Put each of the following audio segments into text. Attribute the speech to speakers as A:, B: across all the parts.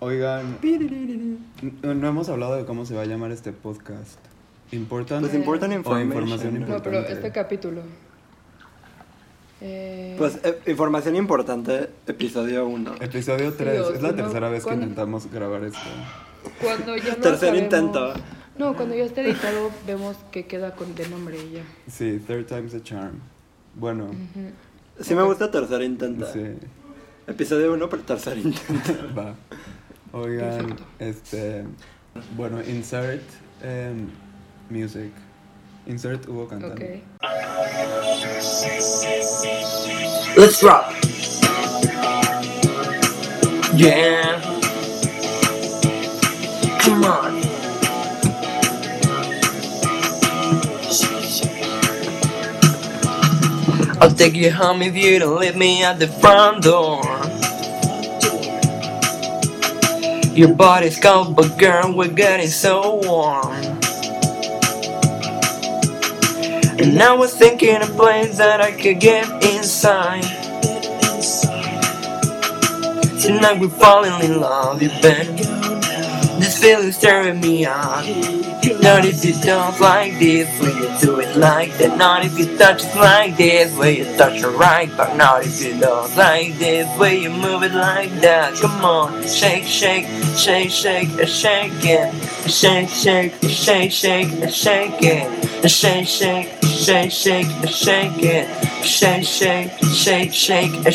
A: Oigan, no, no hemos hablado de cómo se va a llamar este podcast. Important.
B: Pues important
A: o
B: information.
A: información
B: No,
A: importante.
C: No, pero este capítulo. Eh,
B: Pues eh, información importante, episodio 1.
A: Episodio 3.
C: Dios,
A: es la
C: no,
A: tercera vez que
C: ¿cuándo?
A: intentamos grabar esto.
C: cuando ya no
B: Tercer
C: sabemos-
B: intento.
C: No, cuando ya esté editado vemos que queda con de nombre y ya.
A: Sí, third time's a charm. Bueno,
C: Ujú.
B: Sí me gusta tercer intento.
A: sí.
B: Episodio 1, pero tercer intento.
A: Va. Oigan,
C: Perfecto.
A: este. Bueno, insert em, music. Insert hubo cantando.
C: Ok.
D: Let's rock. Yeah. Come on. I'll take you home if you don't leave me at the front door. Your body's cold, but girl, we're getting so warm. And I was thinking of place that I could get inside. Tonight we're falling in love, you bet. This feeling's tearing me up. Not if you don't like this, will you do it like that? Not if you touch it like this, will you touch it right? But not if you don't like this, will you move it like that? Come on, shake, shake, shake, shake, shake it. Shake, shake, shake, shake, shake it. Shake, shake, shake, shake, shake it. Shake, shake, shake, shake, shake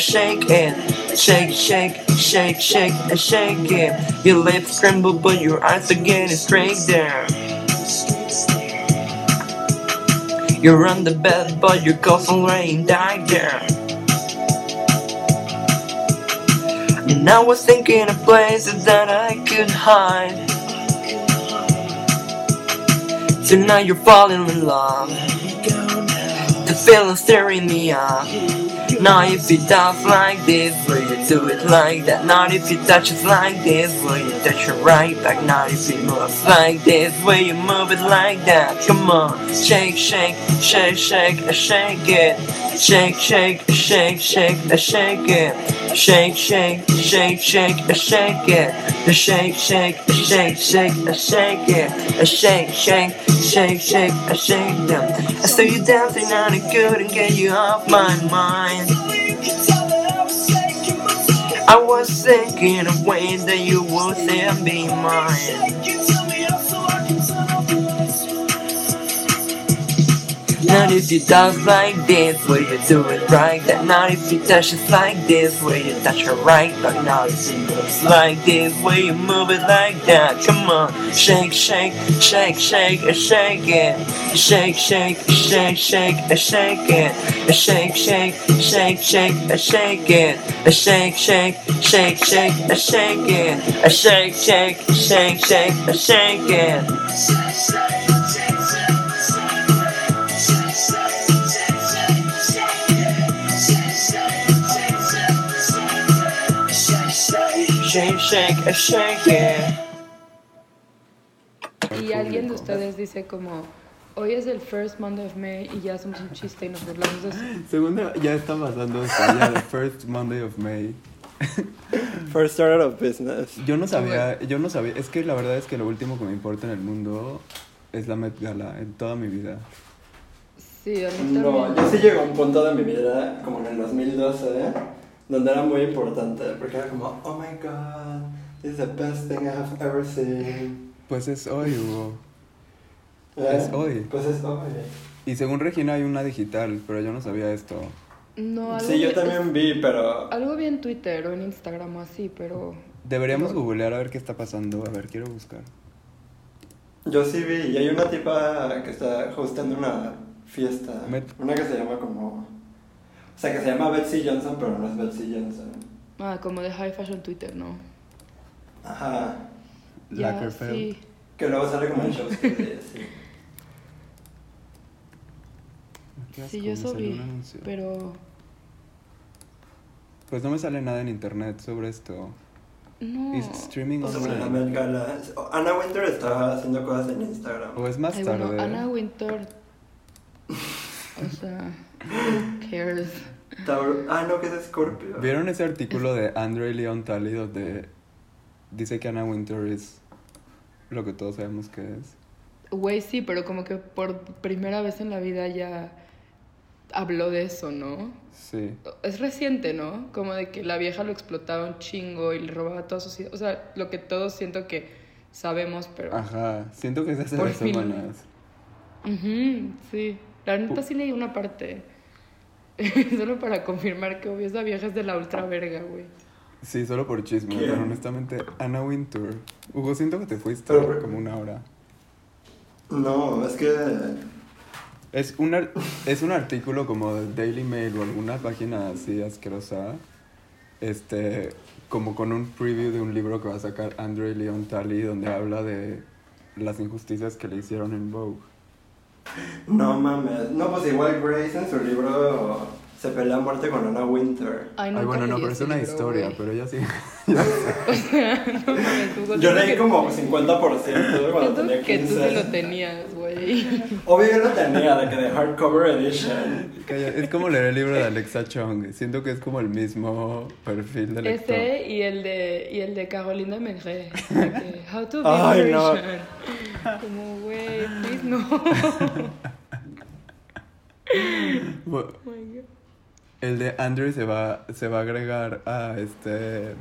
D: it. Shake, shake, shake, shake, shake it. Your lips tremble, but your eyes are getting straight there. You're on the bed, but your cousin ain't died there. And I was thinking of places that I could hide. Tonight you're falling in love. The feeling's tearing me up. Not if you dance like this, will you do it like that? Not if you touch it like this, will you touch it right back? Not if you move it like this, will you move it like that? Come on, shake, shake, shake, shake, shake it. Shake, shake, shake, shake, shake it. Shake, shake, shake, shake, shake it. Shake, shake, shake, shake, shake it. Shake, shake, shake, shake, shake them. I saw you dancing and I couldn't get you off my mind. I was thinking of ways that you would then be mine. Not if you dance like this, will you do it right? That not if you touch it like this, will you touch it right? But not if you move it like this, will you move it like that? Come on, shake, shake, shake, shake, shake it. Shake, shake, shake, shake, shake it. Shake, shake, shake, shake, shake it. Shake, shake, shake, shake, shake it. Shake, shake, shake, shake, shake it. Shake, shake, shake it.
B: Ah,
C: Y alguien
A: público.
C: de ustedes dice como, hoy es el first Monday of May y ya hacemos un chiste y nos burlamos de eso.
A: Segunda, ya está pasando esto. Ya, the first Monday of May.
B: First order of business.
A: Yo no sabía, yo no sabía. Es que la verdad es que lo último que me importa en el mundo es la Met Gala en toda mi vida.
C: Sí, a mí también.
B: No, yo sí llegó un punto de mi vida, como en el 2012, donde era muy importante, porque era como, oh my god, this is the best thing I have ever seen.
A: Pues es hoy, Hugo.
B: ¿Eh?
A: Es hoy.
B: Pues es hoy.
A: Y según Regina hay una digital, pero yo no sabía esto.
C: No, algo
B: Sí, yo
C: vi-
B: también vi, pero...
C: Algo vi en Twitter o en Instagram o así, pero...
A: Deberíamos
C: No.
A: googlear a ver qué está pasando. A ver, quiero buscar.
B: Yo sí vi, y hay una tipa que está hosteando una fiesta.
A: Met-
B: Una que se llama como. O sea, que se llama Betsy Johnson, pero no es Betsy Johnson.
C: Ah, como de high fashion Twitter, ¿no?
B: Ajá.
C: Ya,
A: Lagerfeld.
C: sí.
B: Que luego sale como en shows que de- sí.
A: Qué asco,
C: Sí, yo
A: me
C: eso
A: salió
C: vi,
A: un anuncio.
C: pero...
A: Pues no me sale nada en internet sobre esto.
C: No.
A: Is streaming
B: O sea, bueno, la
A: online.
B: Met Gala. O- Anna Winter estaba haciendo cosas en Instagram.
A: O es más
C: Ay,
A: tarde.
C: bueno, Anna Winter... O sea, who cares?
B: Tauro- Ah, no, que es Scorpio.
A: ¿Vieron ese artículo de Andre Leon Talley donde dice que Anna Winter es lo que todos sabemos que es.
C: Güey, sí, pero como que por primera vez en la vida ya habló de eso, ¿no?
A: Sí.
C: Es reciente, ¿no? Como de que la vieja lo explotaba un chingo y le robaba todas sus ideas. O sea, lo que todos siento que sabemos, pero.
A: Ajá. Siento que es de hace
C: Por
A: dos
C: fin.
A: semanas.
C: Ujú, sí. La neta sí leí una parte. Solo para confirmar que obvio esa vieja es de la ultra verga, güey.
A: Sí, solo por chisme,
B: ¿Qué?
A: pero honestamente, Anna Winter. Hugo, siento que te fuiste
B: Pero-
A: como una hora.
B: No, es que.
A: Es un, ar- es un artículo como de Daily Mail o alguna página así asquerosa, este, como con un preview de un libro que va a sacar Andre Leon Talley, donde habla de las injusticias que le hicieron en Vogue.
B: No mames. No, pues igual Grace en su libro se pelea a muerte con Anna Winter.
C: Ay,
A: Ay,
C: nunca
A: bueno, no,
C: leí
A: pero es
C: ese
A: una
C: libro,
A: historia, pues.
C: güey.
A: pero ella sí.
C: O sea, no mames, Hugo,
B: Yo
C: siento
B: leí
C: que-
B: como 50% cuando tenía
C: Siento que
B: 15.
C: tú sí lo tenías, güey.
B: Obvio yo lo tenía, de que de hardcover edition.
A: Calla, es como leer el libro de Alexa Chung. Siento que es como el mismo perfil de lector.
C: Ese y el de y el de Carolina Menré. de que, How to be
B: Ay, no.
C: Christian. Como güey, please no.
A: Bu- El de Andre se va, se va a agregar a este.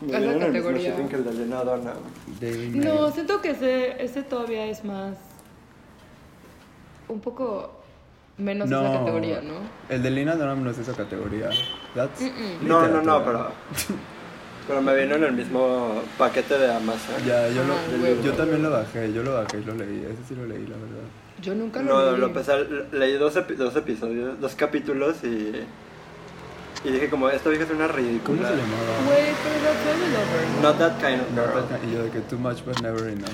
B: Me
C: Es la
B: dieron el mismo
C: categoría.
B: shipping que el de Lena Donna.
A: Daily Mail.
C: No, siento que ese ese todavía es más un poco menos
A: No.
C: esa categoría, ¿no?
A: El de Lina Dunham no es esa categoría. That's
C: Mm-mm.
B: No, no, no,
A: literatura.
B: pero. Pero me vino en el mismo paquete de Amazon.
A: Ya, yo, lo-
C: Ah,
A: yo-
C: huevo.
A: yo también lo bajé, yo lo bajé y lo leí. Ese sí lo leí, la verdad.
C: Yo nunca lo
B: No,
C: leí.
B: lo empecé, a- leí dos, epi- dos episodios, dos capítulos y. Y dije, como, esta vieja es una
A: ¿Cómo
B: ridícula.
A: se llamaba?
C: Güey, pero that's Baby Lover.
B: Not that kind of
A: No,
B: girl.
A: pero- Y yo de que too much but never enough.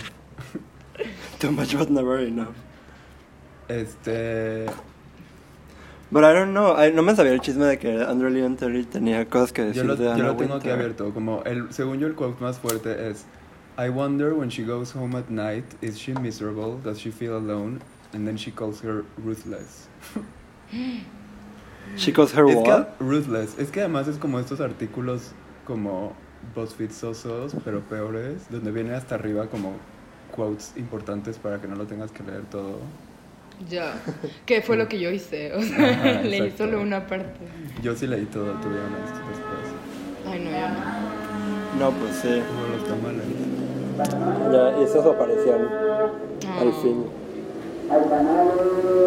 B: Too much, but never enough.
A: Este.
B: But I don't know. I- no me sabía el chisme de que Andrew Leon Terry tenía cosas que decir
A: Yo lo,
B: de
A: yo
B: Anna
A: lo tengo aquí
B: Wintour.
A: abierto. Como el, según yo, el quote más fuerte es: I wonder when she goes home at night, is she miserable? Does she feel alone? And then she calls her ruthless.
B: She calls her
A: Es
B: what?
A: que, ruthless. Es que además es como estos artículos como BuzzFeed sosos, pero peores, donde viene hasta arriba como quotes importantes para que no lo tengas que leer todo.
C: Ya. Que fue lo que yo hice. O sea,
A: Ajá,
C: leí
A: exacto.
C: solo una parte.
A: Yo sí leí todo, tuve una vez después.
C: Ay, no, ya no.
B: No, pues sí.
A: Como los tamales.
B: Ya, y esa es su aparición.
C: Ah.
B: Al fin.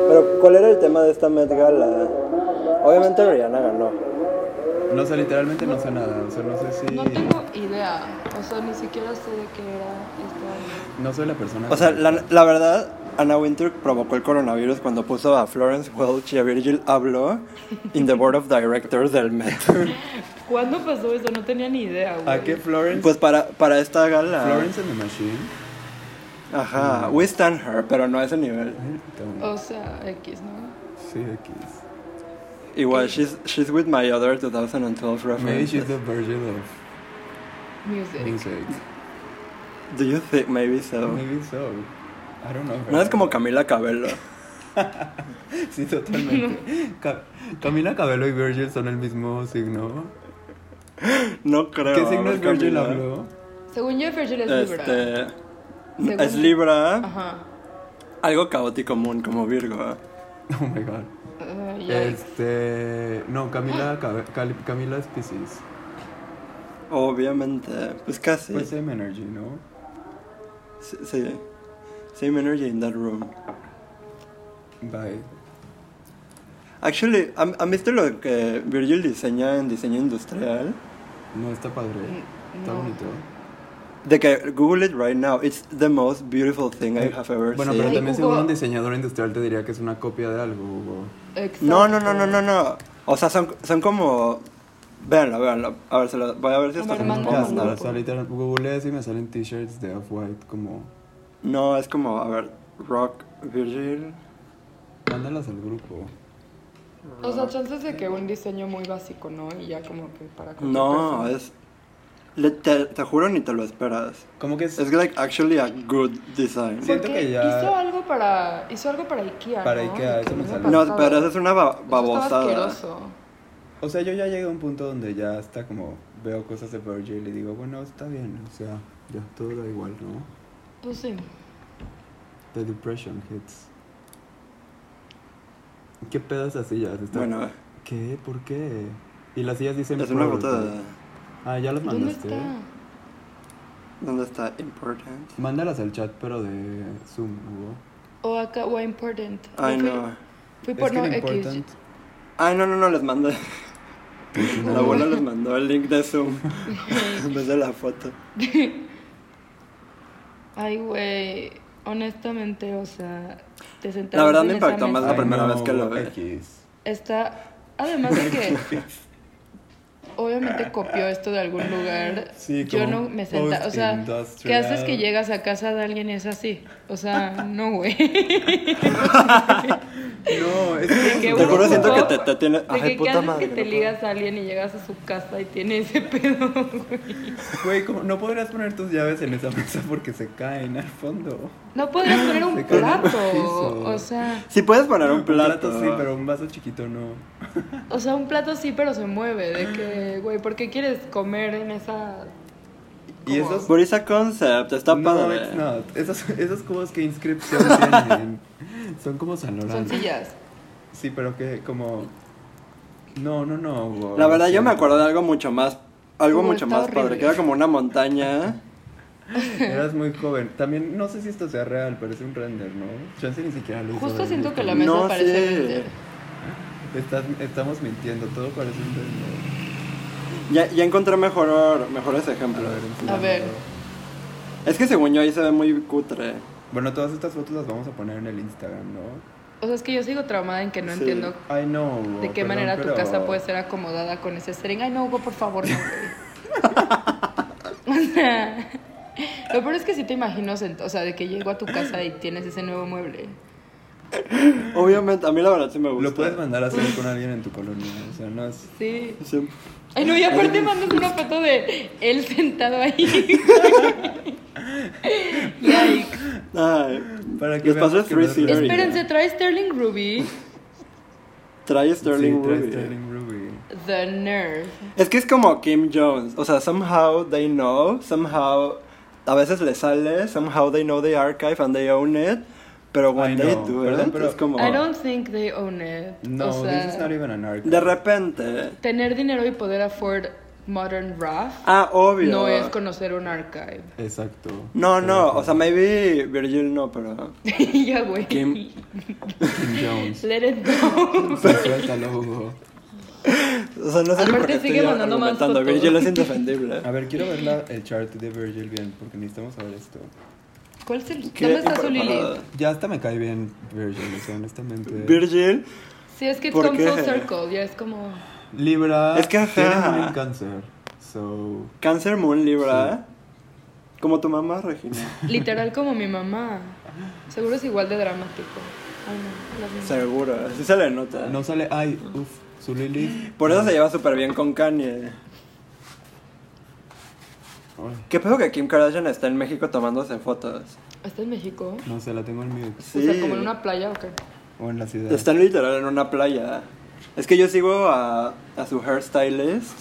B: Pero, ¿cuál era el tema de esta Met Gala? Obviamente Rihanna ganó.
A: No sé, literalmente no sé nada. O sea, no sé si.
C: No tengo idea. O sea, ni siquiera sé de qué era este esta.
A: no soy la persona.
B: O sea,
A: que-
B: la, la verdad, Anna Wintour provocó el coronavirus cuando puso a Florence Welch y a Virgil Abloh in the board of directors del Met.
C: ¿Cuándo pasó eso? No tenía ni idea, güey.
A: ¿A qué Florence?
B: Pues ah. para, para esta gala.
A: Florence and the Machine.
B: Ajá, we stand her, pero no a ese nivel.
A: Ay, tengo-
C: O sea, X, ¿no?
A: Sí, X.
B: Igual, she's, she's with my other 2012
A: Maybe she's the
B: reference.
A: virgin of
C: Music.
A: music.
B: Do you think maybe so?
A: Maybe so. I don't know.
B: No es
A: ¿verdad?
B: como Camila Cabello.
A: Sí, totalmente. Ca- Camila Cabello y Virgil son el mismo signo.
B: No creo.
A: ¿Qué
B: a
A: signo
B: ver,
A: es Virgil
B: Camila.
A: habló?
C: Según yo, Virgil es Libra.
B: Este.
C: Según-
B: Es Libra,
C: Ajá.
B: algo caótico común como Virgo.
A: Oh my god.
C: Ah, ya.
A: Este. No, Camila, Cabe- Cali- Camila es Pisces.
B: Obviamente, pues casi.
A: Pues same energy, ¿no?
B: Sí, sí. Same energy in that room.
A: Bye.
B: Actually, ¿han, han visto lo que Virgil diseña en diseño industrial?
A: No, está padre.
C: Mm,
A: Está
C: no.
A: bonito.
B: De que Google it right now. It's the most beautiful thing I have ever
A: Eh, Bueno,
B: seen.
A: pero
C: Ay,
A: también
C: Hugo.
A: según un diseñador industrial te diría que es una copia de algo, Hugo.
C: Exacto.
B: No, no, no, no, no, no. O sea, son, son como. Véanlo, véanlo. A ver, se lo- voy a ver si esto
C: A
B: se
C: ver,
B: los
C: manda,
B: puedo
C: manda.
B: mandar.
A: O sea, literal, googleé y me salen t-shirts de Off-White como...
B: No, es como, a ver, Rock Virgil.
A: Mándalas al grupo.
C: O sea, chances de que un diseño muy básico, ¿no? Y ya como que para cualquier
B: No,
C: persona.
B: es. le- te, te juro ni te lo esperas.
A: Como que es...
B: Es like actually a good design.
A: Sí. siento
C: Porque
A: que ya-
C: Hizo algo para. Hizo algo para Ikea.
A: Para
C: ¿no?
A: Ikea,
C: De que
A: eso me
C: no
A: salió.
B: No,
C: pasaba.
B: pero eso es una ba-
C: Eso Pues estaba
B: babosada.
C: asqueroso.
A: O sea, yo ya llegué a un punto donde ya está como... veo cosas de Virgil y digo, bueno, está bien, o sea, ya todo da igual, ¿no?
C: Pues sí.
A: The depression hits. ¿Qué pedas las sillas? Está-
B: Bueno,
A: ¿Qué? ¿Por qué? Y las sillas dicen...
B: es una
A: important.
B: botada.
A: Ah, ya las
C: ¿Dónde
A: mandaste.
C: está?
B: ¿Dónde está important?
A: Mándalas al chat, pero de Zoom, Hugo.
C: O acá, o a important.
B: Ay,
C: Yo fui-
B: no.
C: Fui por no
A: el
C: X.
A: important-
B: Ay, no, no, no, les mandé.
A: no.
B: La abuela les mandó el link de Zoom en vez de la foto.
C: Ay, güey. Honestamente, o sea, te sentaste.
B: La verdad me impactó más Ah, la
A: Ay,
B: primera
A: no,
B: vez que lo
A: Hugo,
B: ve.
A: X.
C: Está. Además de que. Obviamente copió esto de algún lugar.
A: Sí,
C: Yo
A: como
C: no me senta. O sea, ¿qué
A: post-industrial.
C: haces que llegas a casa de alguien y es así? O sea, no, güey.
A: No, es que...
C: Qué
B: Te juro,
C: bueno,
B: siento que
C: ¿no?
B: te, te tiene.
C: De
B: Ay,
C: que, ¿Qué
B: puta
C: haces
B: madre.
C: que te
B: no
C: ligas a alguien y llegas a su casa y tiene ese pedo, güey?
A: Güey, ¿cómo- no podrías poner tus llaves en esa mesa porque se caen al fondo.
C: No podrías poner
A: Se
C: un
A: cae en el
C: plato.
A: piso.
C: O sea,
B: puedo. Si puedes poner un
A: Un plato
B: plato.
A: sí, pero un vaso chiquito no.
C: o sea, un plato sí, pero se mueve. De que, güey, ¿por qué quieres comer en esa.
A: Y
C: como-
A: esos...
B: Burisa Concept, está
A: No,
B: padre.
A: it's not. Esas, esas cosas que inscripción tienen. Son como San
C: Son
A: Lorenzo.
C: sillas.
A: Sí, pero que como... No, no, no, Hugo.
B: La verdad, yo
A: Sí.
B: me acuerdo de algo mucho más. Algo
C: Uy,
B: mucho
C: está
B: más padre,
C: horrible.
B: que era como una montaña.
A: Eras muy joven. También, no sé si esto sea real, pero es un render, ¿no? Chance ni siquiera lo hizo
C: Justo
A: David
C: siento que la
A: Bowie.
C: mesa
B: No
C: parece
B: sé.
C: vender.
A: Estás- estamos mintiendo, todo parece un render.
B: Ya, ya encontré mejor, mejores
A: A
B: ejemplos.
A: ver, enséñame.
C: A ver.
B: Es que según yo ahí se ve muy cutre.
A: Bueno, todas estas fotos las vamos a poner en el Instagram, ¿no?
C: O sea, es que yo sigo traumada en que no
B: Sí.
C: entiendo
A: Ay, no. Hugo,
C: de qué
A: perdón,
C: manera tu
A: pero-
C: casa puede ser acomodada con ese string. Ay, no, Hugo, por favor, no, güey. O sea, lo peor es que sí te imagino, sent- o sea, de que llego a tu casa y tienes ese nuevo mueble.
B: Obviamente, a mí la verdad sí me gusta.
A: Lo puedes mandar a hacer con alguien en tu colonia. O sea, no es.
C: Sí.
B: Sí.
C: Ay, no, y aparte mandas una foto de él sentado ahí. Yikes.
B: Ay,
A: Para que
B: Les paso
A: veamos
B: el
A: que no es
B: 360.
A: real.
C: Espérense, ¿trae Sterling Ruby?
B: trae Sterling
A: Sí, trae
B: Ruby.
A: Sterling Ruby.
C: The nerve.
B: Es que es como Kim Jones. O sea, somehow they know, somehow. A veces le sale, somehow they know the archive and they own it. Pero when
A: Ay,
B: they
A: no,
B: do
A: perdón,
B: it,
A: pero-
B: es como.
C: I don't think they own it.
A: No,
C: o
A: this is
C: sea,
A: not even an archive.
B: De repente.
C: tener dinero y poder afford modern RAF
B: Ah, obvio.
C: no es conocer un archive.
A: Exacto.
B: No, no,
A: Pero-
B: o sea, maybe Virgil no, pero.
C: ya, güey.
B: Kim-
A: Kim Jones.
C: Let it go.
A: Suéltalo, Hugo.
B: O sea, no sé ni por
C: Aparte
B: qué
C: sigue
B: estoy
C: mandando más
B: argumentando.
C: fotos.
B: Virgil es
A: A
B: indefendible.
A: ver, quiero ver la- el chart de Virgil bien, porque necesitamos saber esto.
C: ¿Cuál es el...
B: Qué
C: ¿Dónde está su
B: impreparada.
C: Lilith?
A: Ya hasta me cae bien Virgil, o sea, honestamente.
B: Virgil,
C: Sí, es que it
B: ¿Por
C: comes
B: qué?
C: full circle. Ya es como...
A: Libra.
B: Es que, ajá.
A: tiene un cáncer. So.
B: Cancer Moon Libra. Como tu mamá, Regina.
C: Literal como mi mamá. Seguro es igual de dramático. Ay, no. la misma.
B: Seguro, sí se le nota.
A: No sale. Ay, uff, su Lilith.
B: Por eso se lleva súper bien con Kanye.
A: Ay,
B: ¿Qué pedo que Kim Kardashian está en México tomándose fotos?
C: ¿Está en México?
A: no sé, la tengo en mute.
B: Sí.
C: O sea, como en una playa o qué.
A: O en la ciudad.
B: Están literal en una playa. Es que yo sigo a, a su hairstylist.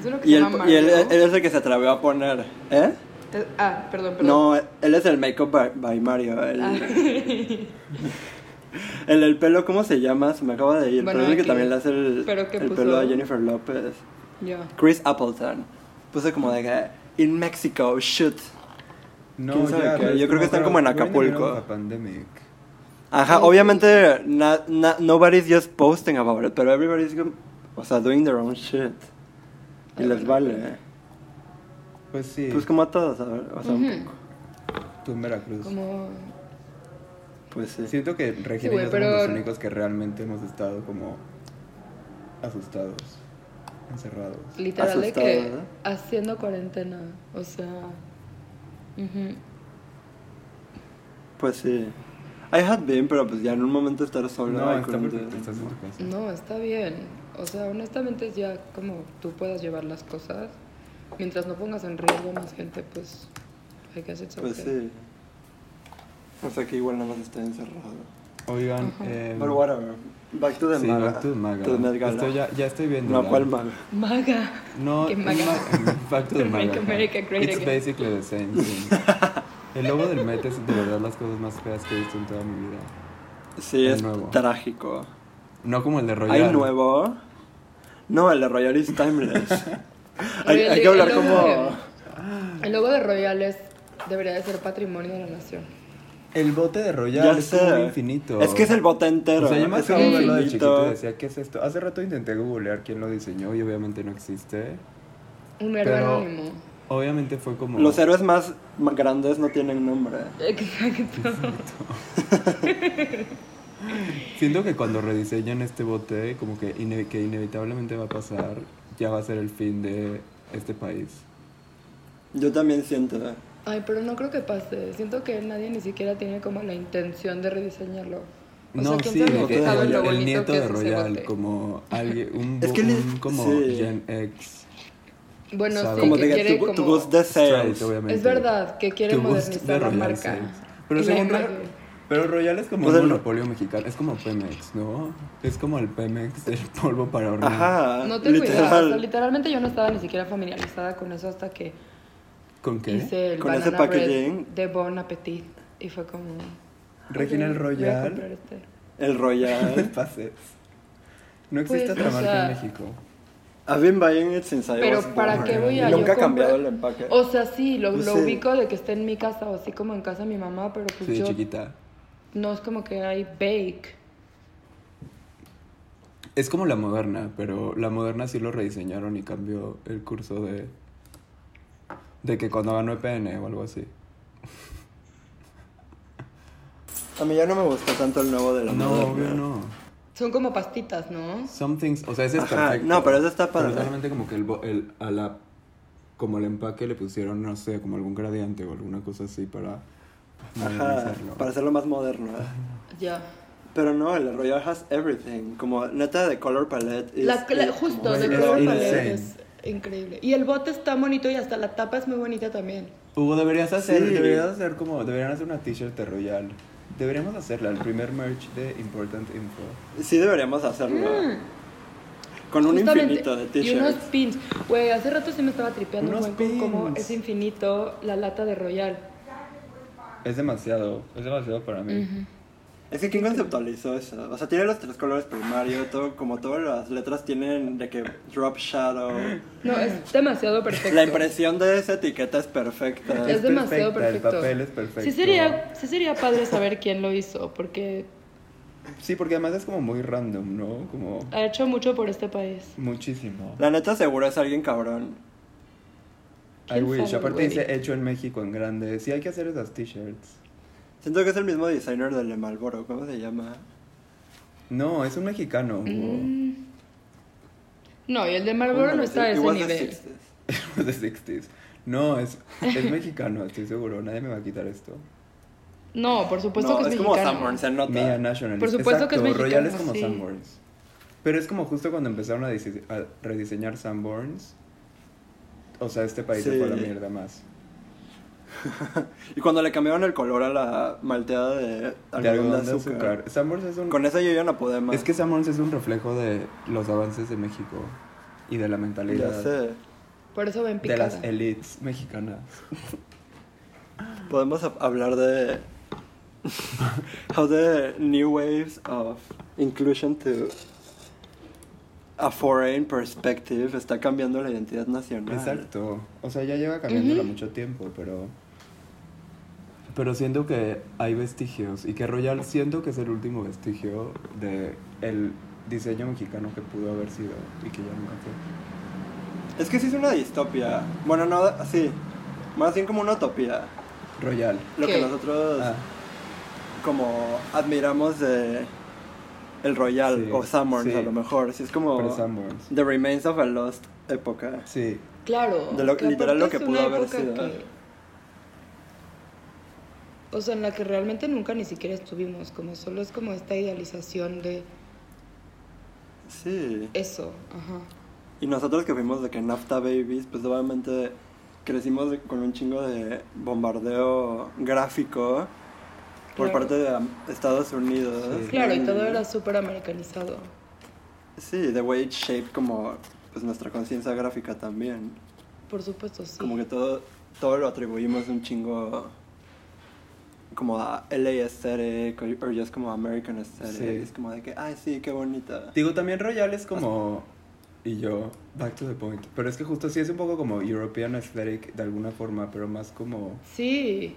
C: Es uno que
B: Y,
C: se
B: él,
C: llama
B: y él-
C: Mario.
B: él es el que se atrevió a poner. ¿Eh?
C: Eh, Ah, perdón, perdón.
B: No, él es el Makeup by, by Mario. El,
C: Ah.
B: el del pelo, ¿cómo se llama? Se me acaba de ir.
C: Bueno,
B: pero es el que
C: aquí.
B: también le hace el,
C: ¿Pero qué
B: el
C: puso?
B: pelo a Jennifer López.
C: Ya.
B: Chris Appleton. Puse como de que. In Mexico, shoot.
A: No,
B: ¿Quién sabe
A: ya,
B: qué?
A: pero
B: Yo creo que están como en
A: pero
B: Acapulco.
A: during the pandemic.
B: Ajá, obviamente na- na- nobody's just posting about it, pero everybody's go- o sea, doing their own shit. Y les vale.
A: Pues sí,
B: Pues como a todos, a ver, o sea, un
C: Ujú.
B: poco.
A: tú en Veracruz.
C: Como...
B: Pues sí.
A: Siento que Regina
C: Sí,
A: y
C: güey,
A: yo
C: pero-
A: somos los únicos que realmente hemos estado como asustados, encerrados.
C: Literal
B: Asustado,
C: de que
B: ¿no?
C: haciendo cuarentena, o sea, ujú.
B: Pues sí. I had been, pero pues ya en un momento estar solo.
A: No,
B: I
A: está
B: couldn't
A: perfecto,
B: do it.
A: estás en tu casa.
C: no, está bien. O sea, honestamente es ya como tú puedas llevar las cosas, mientras no pongas en riesgo a más gente, pues I guess it's okay.
B: Pues sí. O sea que igual nada más estoy encerrado.
A: Oigan, eh,
B: But whatever. Back to the
A: sí,
B: Maga.
A: back to Maga.
B: To the Met Gala.
A: Estoy ya, ya estoy viendo.
B: No,
A: la-
B: ¿cuál Maga?
C: Maga.
A: No,
C: Que
A: es
C: Maga.
A: ma- back to the
C: To
A: Maga.
C: make America great
A: It's
C: again.
A: basically the same thing. El logo del Met es de verdad las cosas más feas que he visto en toda mi vida.
B: Sí,
A: Hay
B: es
A: nuevo.
B: trágico.
A: No como el de Royal.
B: ¿Hay nuevo? No, el de Royal is timeless. hay,
C: Royal
B: hay
C: is-
B: que hablar
C: el logo
B: como...
C: El logo de Royal es, debería de ser patrimonio de la nación.
A: El bote de Royal
B: Ya
A: es
B: sé.
A: como un infinito.
B: Es que es el bote
A: O
B: entero.
A: sea, yo me
B: es
A: acabo de
B: como
A: verlo de
B: infinito.
A: chiquito y decía, ¿qué es esto? Hace rato intenté googlear quién lo diseñó y obviamente no existe.
C: Un héroe
A: Pero-
C: anónimo.
A: Obviamente fue como...
B: Los héroes más más grandes no tienen nombre.
C: Exacto.
A: Siento que cuando rediseñan este bote, como que, ine- que inevitablemente va a pasar, ya va a ser el fin de este país.
B: Yo también siento. ¿eh?
C: Ay, pero no creo que pase. Siento que nadie ni siquiera tiene como la intención de rediseñarlo. O
A: no,
C: sea, ¿quién
A: sí,
C: sabe
A: de
B: lo
A: que
B: que sabe
A: el,
B: lo
A: el
C: bonito
A: nieto
C: que
A: de
C: es ese
A: Royal,
C: bote?
A: como alguien, un,
B: Es
A: bo-
B: que le-
A: un como
B: sí.
A: Gen X.
C: Bueno,
A: Sabe.
C: sí,
B: Como
C: que
B: de
C: quiere
B: que tu,
C: como...
B: tu boost de
A: Straight,
B: sales.
A: obviamente.
C: Es verdad que quiere
A: Tu gusto de
C: modernizar la
A: Royal,
C: marca.
A: sí. Pero,
C: y la
A: según Ro-
C: imagen.
A: pero Royal es como
B: O sea,
A: un
B: no-
A: monopolio mexicano, es como Pemex, ¿no? Es como el Pemex del polvo para hornear.
B: Ajá.
C: No te cuidas. O sea, literalmente yo no estaba ni siquiera familiarizada con eso hasta que
A: ¿Con qué?
C: hice el
B: Con ese
C: banana bread
B: packaging.
C: de Bon Appetit. Y fue como...
A: Regina el
C: "Ok, voy a comprar
A: Royal.
C: este".
B: El
A: ¿Qué
B: Royal.
A: pases? No existe
C: Pues,
A: otra
C: o
A: marca
C: sea,
A: en México.
B: I've been buying it since I
C: Pero
B: was
C: ¿para
B: born.
C: qué voy
B: Y
C: a yo
B: Nunca ha cambiado el
C: comprar-
B: empaque.
C: O sea, sí, lo,
B: Pues
C: lo
B: sí.
C: ubico de que esté en mi casa o así como en casa de mi mamá, pero pues
A: Sí,
C: yo...
A: chiquita.
C: No es como que hay bake.
A: Es como la moderna, pero la moderna sí lo rediseñaron y cambió el curso de. de que cuando ganó EPN o algo así.
B: A mí ya no me gustó tanto el nuevo de la
A: No,
B: moderna.
A: obvio no.
C: Son como pastitas, ¿no?
A: Some things, o sea, ese es
B: Ajá,
A: perfecto.
B: no, pero ese está padre.
A: Pero solamente como que el, bo- el, a la, como el empaque le pusieron, no sé, como algún gradiente o alguna cosa así para
B: Ajá,
A: modernizarlo.
B: para hacerlo más moderno. ¿eh?
C: Ya.
B: Pero no, el Royal has everything. Como neta de color palette. is-
C: La, la-
B: is-
C: justo,
B: como
A: es
C: de
B: es-
C: color
A: insane.
C: paleta es increíble. Y el bote está bonito y hasta la tapa es muy bonita también.
A: Hugo, deberías hacer,
B: Sí.
A: deberías hacer como, deberían hacer una t-shirt de Royal. Deberíamos hacerla, el primer merch de Important Info.
B: Sí deberíamos hacerlo. Con un
C: Mm. Justamente,
B: infinito de
C: Y unos
B: t-shirts.
C: pins. Güey, hace rato sí me estaba tripeando
A: Unos
C: un buen con cómo
A: pins.
C: es infinito la lata de Royal.
A: Es demasiado, es demasiado para mí.
B: Es que ¿quién conceptualizó eso? O sea, tiene los tres colores primarios, todo, como todas las letras tienen de que drop shadow.
C: No, es demasiado perfecto.
B: La impresión de esa etiqueta es perfecta.
C: Es demasiado
A: perfecta, el
C: perfecto.
A: papel es perfecto.
C: Sí sería, sí sería padre saber quién lo hizo, porque
A: Sí, porque además es como muy random, ¿no? Como
C: ha hecho mucho por este país.
A: muchísimo.
B: La neta seguro es alguien cabrón.
A: I
C: ¿Quién
A: wish.
C: sabe,
A: Aparte dice
C: güey?
A: hecho en México en grande. Sí, hay que hacer esas t-shirts.
B: Siento que es el mismo designer del de Malboro, ¿cómo se llama?
A: No, es un mexicano. Hugo.
C: Mm. No, y el de Marlboro no está a ese
B: Igual de
C: nivel.
B: 60s.
A: de 60s. No, es, es mexicano, estoy seguro. Nadie me va a quitar esto.
C: No, por supuesto
B: no,
C: que es,
B: como
C: mexicano.
B: Sanborns, se nota.
A: Mia National.
C: Por supuesto que es
A: Exacto, Royal es
C: mexicano,
A: como
C: sí.
A: Sanborns. Pero es como justo cuando empezaron a, dise- a rediseñar Sanborns. O sea, este país se
B: Sí.
A: fue a la mierda más.
B: Y cuando le cambiaron el color a la malteada de
A: De
B: algodón de,
A: algodón de
B: azúcar.
A: azúcar. Sanborns es un...
B: Con eso yo ya no podía más.
A: Es que Sanborns es un reflejo de los avances de México y de la
B: ya
A: mentalidad
B: sé.
C: Por eso ven
A: de
C: picada.
A: las elites mexicanas.
B: Podemos hab- hablar de how the new waves of inclusion to a foreign perspective está cambiando la identidad nacional.
A: Exacto. O sea, ya lleva cambiándola mucho tiempo, pero. Pero siento que hay vestigios y que Royal siento que es el último vestigio de el diseño mexicano que pudo haber sido y que ya nunca fue.
B: Es que sí es una distopia. Bueno, no, sí. Más bien como una utopía.
A: Royal.
B: Lo que
C: ¿Qué?
B: nosotros
A: Ah,
B: como admiramos de el Royal
A: Sí,
B: o Summers
A: sí.
B: a lo mejor. Sí, es como
A: pero Sanborns.
B: The Remains of a Lost época.
A: Sí.
C: Claro.
B: De lo-
C: que
B: literal lo
C: aparte
B: que
C: es una
B: pudo haber
C: época
B: sido. ¿eh?
C: que- O sea, en la que realmente nunca ni siquiera estuvimos, como solo es como esta idealización de
B: Sí.
C: eso, ajá.
B: Y nosotros que fuimos de que NAFTA Babies, pues obviamente crecimos de- con un chingo de bombardeo gráfico por
C: Claro.
B: parte de am- Estados Unidos.
A: Sí.
C: Claro, y todo era súper americanizado.
B: Sí, the way it shaped como pues, nuestra conciencia gráfica también.
C: Por supuesto, sí.
B: Como que todo, todo lo atribuimos un chingo como a E LA aesthetic o or just como American E aesthetic.
A: Sí.
B: Es como de que, ay, sí, qué bonita.
A: Digo, también Royal es como. Y yo, back to the point. Pero es que justo sí es un poco como European aesthetic de alguna forma, pero más como.
C: Sí,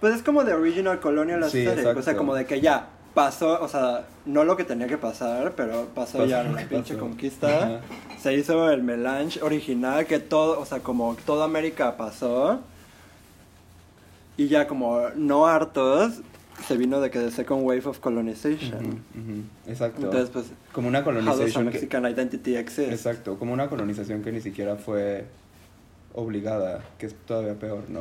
B: Pues es como the original colonial
A: Sí,
B: aesthetic. E, O sea,
A: exacto.
B: como de que ya pasó, o sea, no lo que tenía que pasar, pero pasó,
A: Pasó
B: ya
A: lo
B: la
A: que
B: pinche
A: pasó.
B: conquista.
A: Ajá.
B: Se hizo el melange original que todo, o sea, como toda América pasó. Y ya como no hartos, se vino de que the second wave of colonization.
A: Ujú, ujú, Exacto.
B: Entonces, pues,
A: como una
B: How does a
A: colonización. Que,
B: Mexican identity exist?
A: exacto, como una colonización que ni siquiera fue obligada, que es todavía peor, ¿no?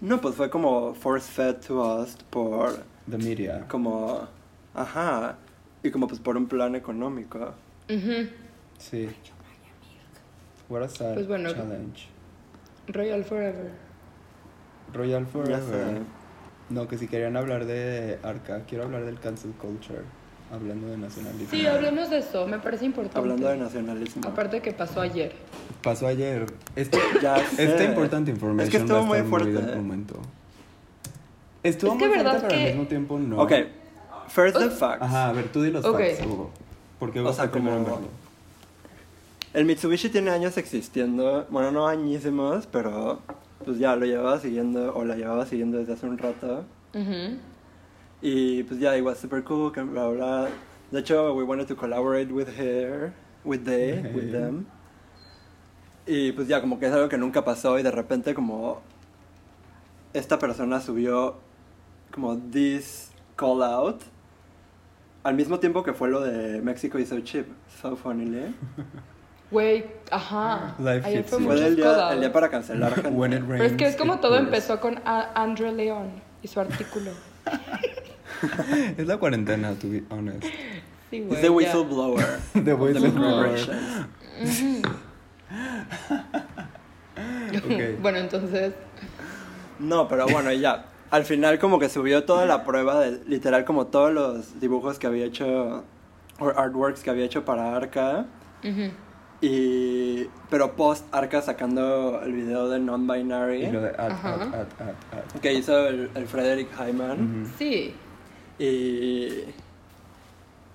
B: No, pues fue como force fed to us por
A: The media.
B: como ajá y como pues por un plan económico.
C: Ujú.
A: Sí. What a sad
C: Pues bueno.
A: challenge.
C: Royal Forever.
A: Royal
B: Ya
A: Forever.
B: sé.
A: No, que si querían hablar de Arca, quiero hablar del cancel culture. Hablando de nacionalismo.
C: Sí, hablemos de eso, me parece importante.
B: Hablando de nacionalismo.
C: Aparte que pasó ayer.
A: Pasó ayer. Este,
B: Ya
A: esta
B: sé.
A: importante información
B: Es que estuvo
A: va a
B: muy
A: estar
B: fuerte. ¿eh?
A: del momento. Estuvo
C: Es que
A: muy fuerte,
C: verdad
A: pero al
C: que-
A: mismo tiempo no.
B: Ok, first the facts.
A: Ajá, a ver, tú di los
C: Ok.
A: facts, Hugo. Porque
B: O
A: vas
B: sea,
A: a primero en
B: como-
A: verlo.
B: El Mitsubishi tiene años existiendo, bueno, no añísimos, pero pues ya lo llevaba siguiendo o la llevaba siguiendo desde hace un rato.
C: Ujú.
B: Y pues ya, it was super cool, que bla bla. De hecho, we wanted to collaborate with her, with they,
A: With
B: with
A: her.
B: them. Y pues ya, como que es algo que nunca pasó y de repente como esta persona subió como this call out al mismo tiempo que fue lo de México is so cheap, so ¿eh? funnily.
C: Güey, ajá.
A: Life
C: ayer
A: hits
C: fue
A: you.
C: muchos
B: Fue el día,
C: call-outs.
B: el día para cancelar gente.
A: When it
C: Pero es que
A: rains,
C: es como
A: it
C: todo
A: pours.
C: empezó con A- Andre León y su artículo.
A: Es la cuarentena, to be honest.
C: Sí, güey.
B: It's the
C: ya.
B: whistleblower.
A: The
B: of the
A: whistleblower.
B: migrations.
A: Ok.
C: Bueno, entonces,
B: No, pero bueno, ya. Al final como que subió toda la prueba de literal como todos los dibujos que había hecho o artworks que había hecho para Arca
C: ujú,
B: y pero post Arca sacando el video de Non
A: Y lo
B: Binary
A: de at,
C: Ajá.
A: at, at, at, at.
B: que hizo el, el Frederick Hyman
A: Ujú.
C: sí.
B: y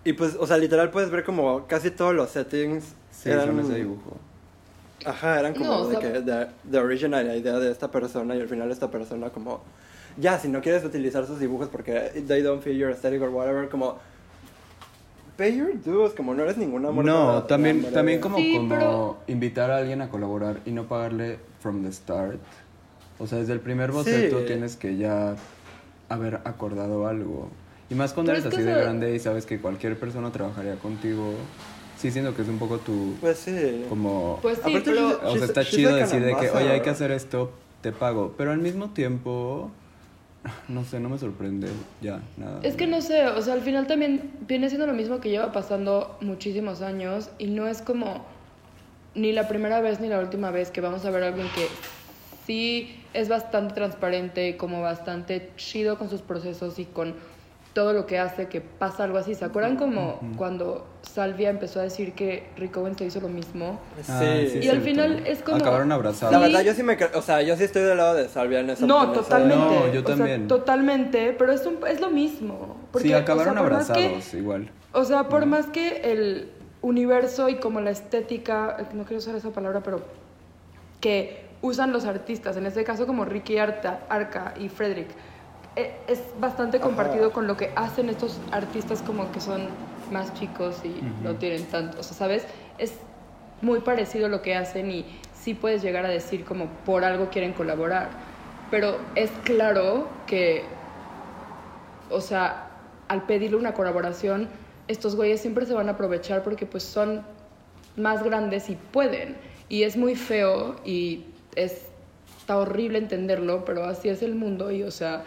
B: y pues o sea, literal puedes ver como casi todos los settings
A: Sí, son ese dibujo.
B: Ajá, eran como
C: No, o
B: de
C: sea-
B: que the, the original la idea de esta persona y al final esta persona como ya si no quieres utilizar sus dibujos porque they don't fit your aesthetic or whatever como pay your dues como no eres ninguna muerta de-
A: No,
B: de
A: también,
B: hambre.
A: también como,
C: Sí,
A: como
C: pero-
A: invitar a alguien a colaborar y no pagarle from the start. O sea, desde el primer boceto
B: Sí.
A: tienes que ya haber acordado algo. Y más cuando
C: Pero
A: eres
C: es
A: así
C: que
A: de
C: eso-
A: grande y sabes que cualquier persona trabajaría contigo. Sí, siento que es un poco tu.
B: pues sí
A: Como.
C: Pues sí,
B: Aparte,
C: pero...
B: yo-
A: o
B: she's-
A: sea, está
B: she's
A: chido
B: like an
A: decir de que, oye, hay que hacer
B: ambassador.
A: esto, te pago. Pero al mismo tiempo. No sé, no me sorprende ya, nada.
C: Es que no sé, o sea, al final también viene siendo lo mismo que lleva pasando muchísimos años y no es como ni la primera vez ni la última vez que vamos a ver a alguien que sí es bastante transparente, como bastante chido con sus procesos y con todo lo que hace que pasa algo así. ¿Se acuerdan como cuando Salvia empezó a decir que Rick Owens hizo lo mismo?
A: Ah, sí,
B: sí,
C: Y
A: es
C: al
A: cierto.
C: final es como-
A: Acabaron abrazados.
B: la
C: Sí.
B: verdad yo sí me cre- o sea yo sí estoy del lado de Salvia en esa en
C: No,
B: esa-
C: totalmente.
A: No, yo
C: o sea,
A: también.
C: totalmente, pero es, un- es lo mismo. Porque,
A: sí,
C: o sea,
A: acabaron
C: por más que-
A: abrazados, igual.
C: O sea, por más que el universo y como la estética, eh, no quiero usar esa palabra, pero que usan los artistas, en este caso como Ricky Arta, Arca y Frederick, eh, es bastante
B: Ajá.
C: compartido con lo que hacen estos artistas como que son más chicos y no
A: Ujú.
C: tienen tanto, o sea, ¿sabes? Es muy parecido lo que hacen y sí puedes llegar a decir como por algo quieren colaborar, pero es claro que o sea, al pedirle una colaboración, estos güeyes siempre se van a aprovechar porque pues son más grandes y pueden. Y es muy feo y es, está horrible entenderlo, pero así es el mundo y o sea,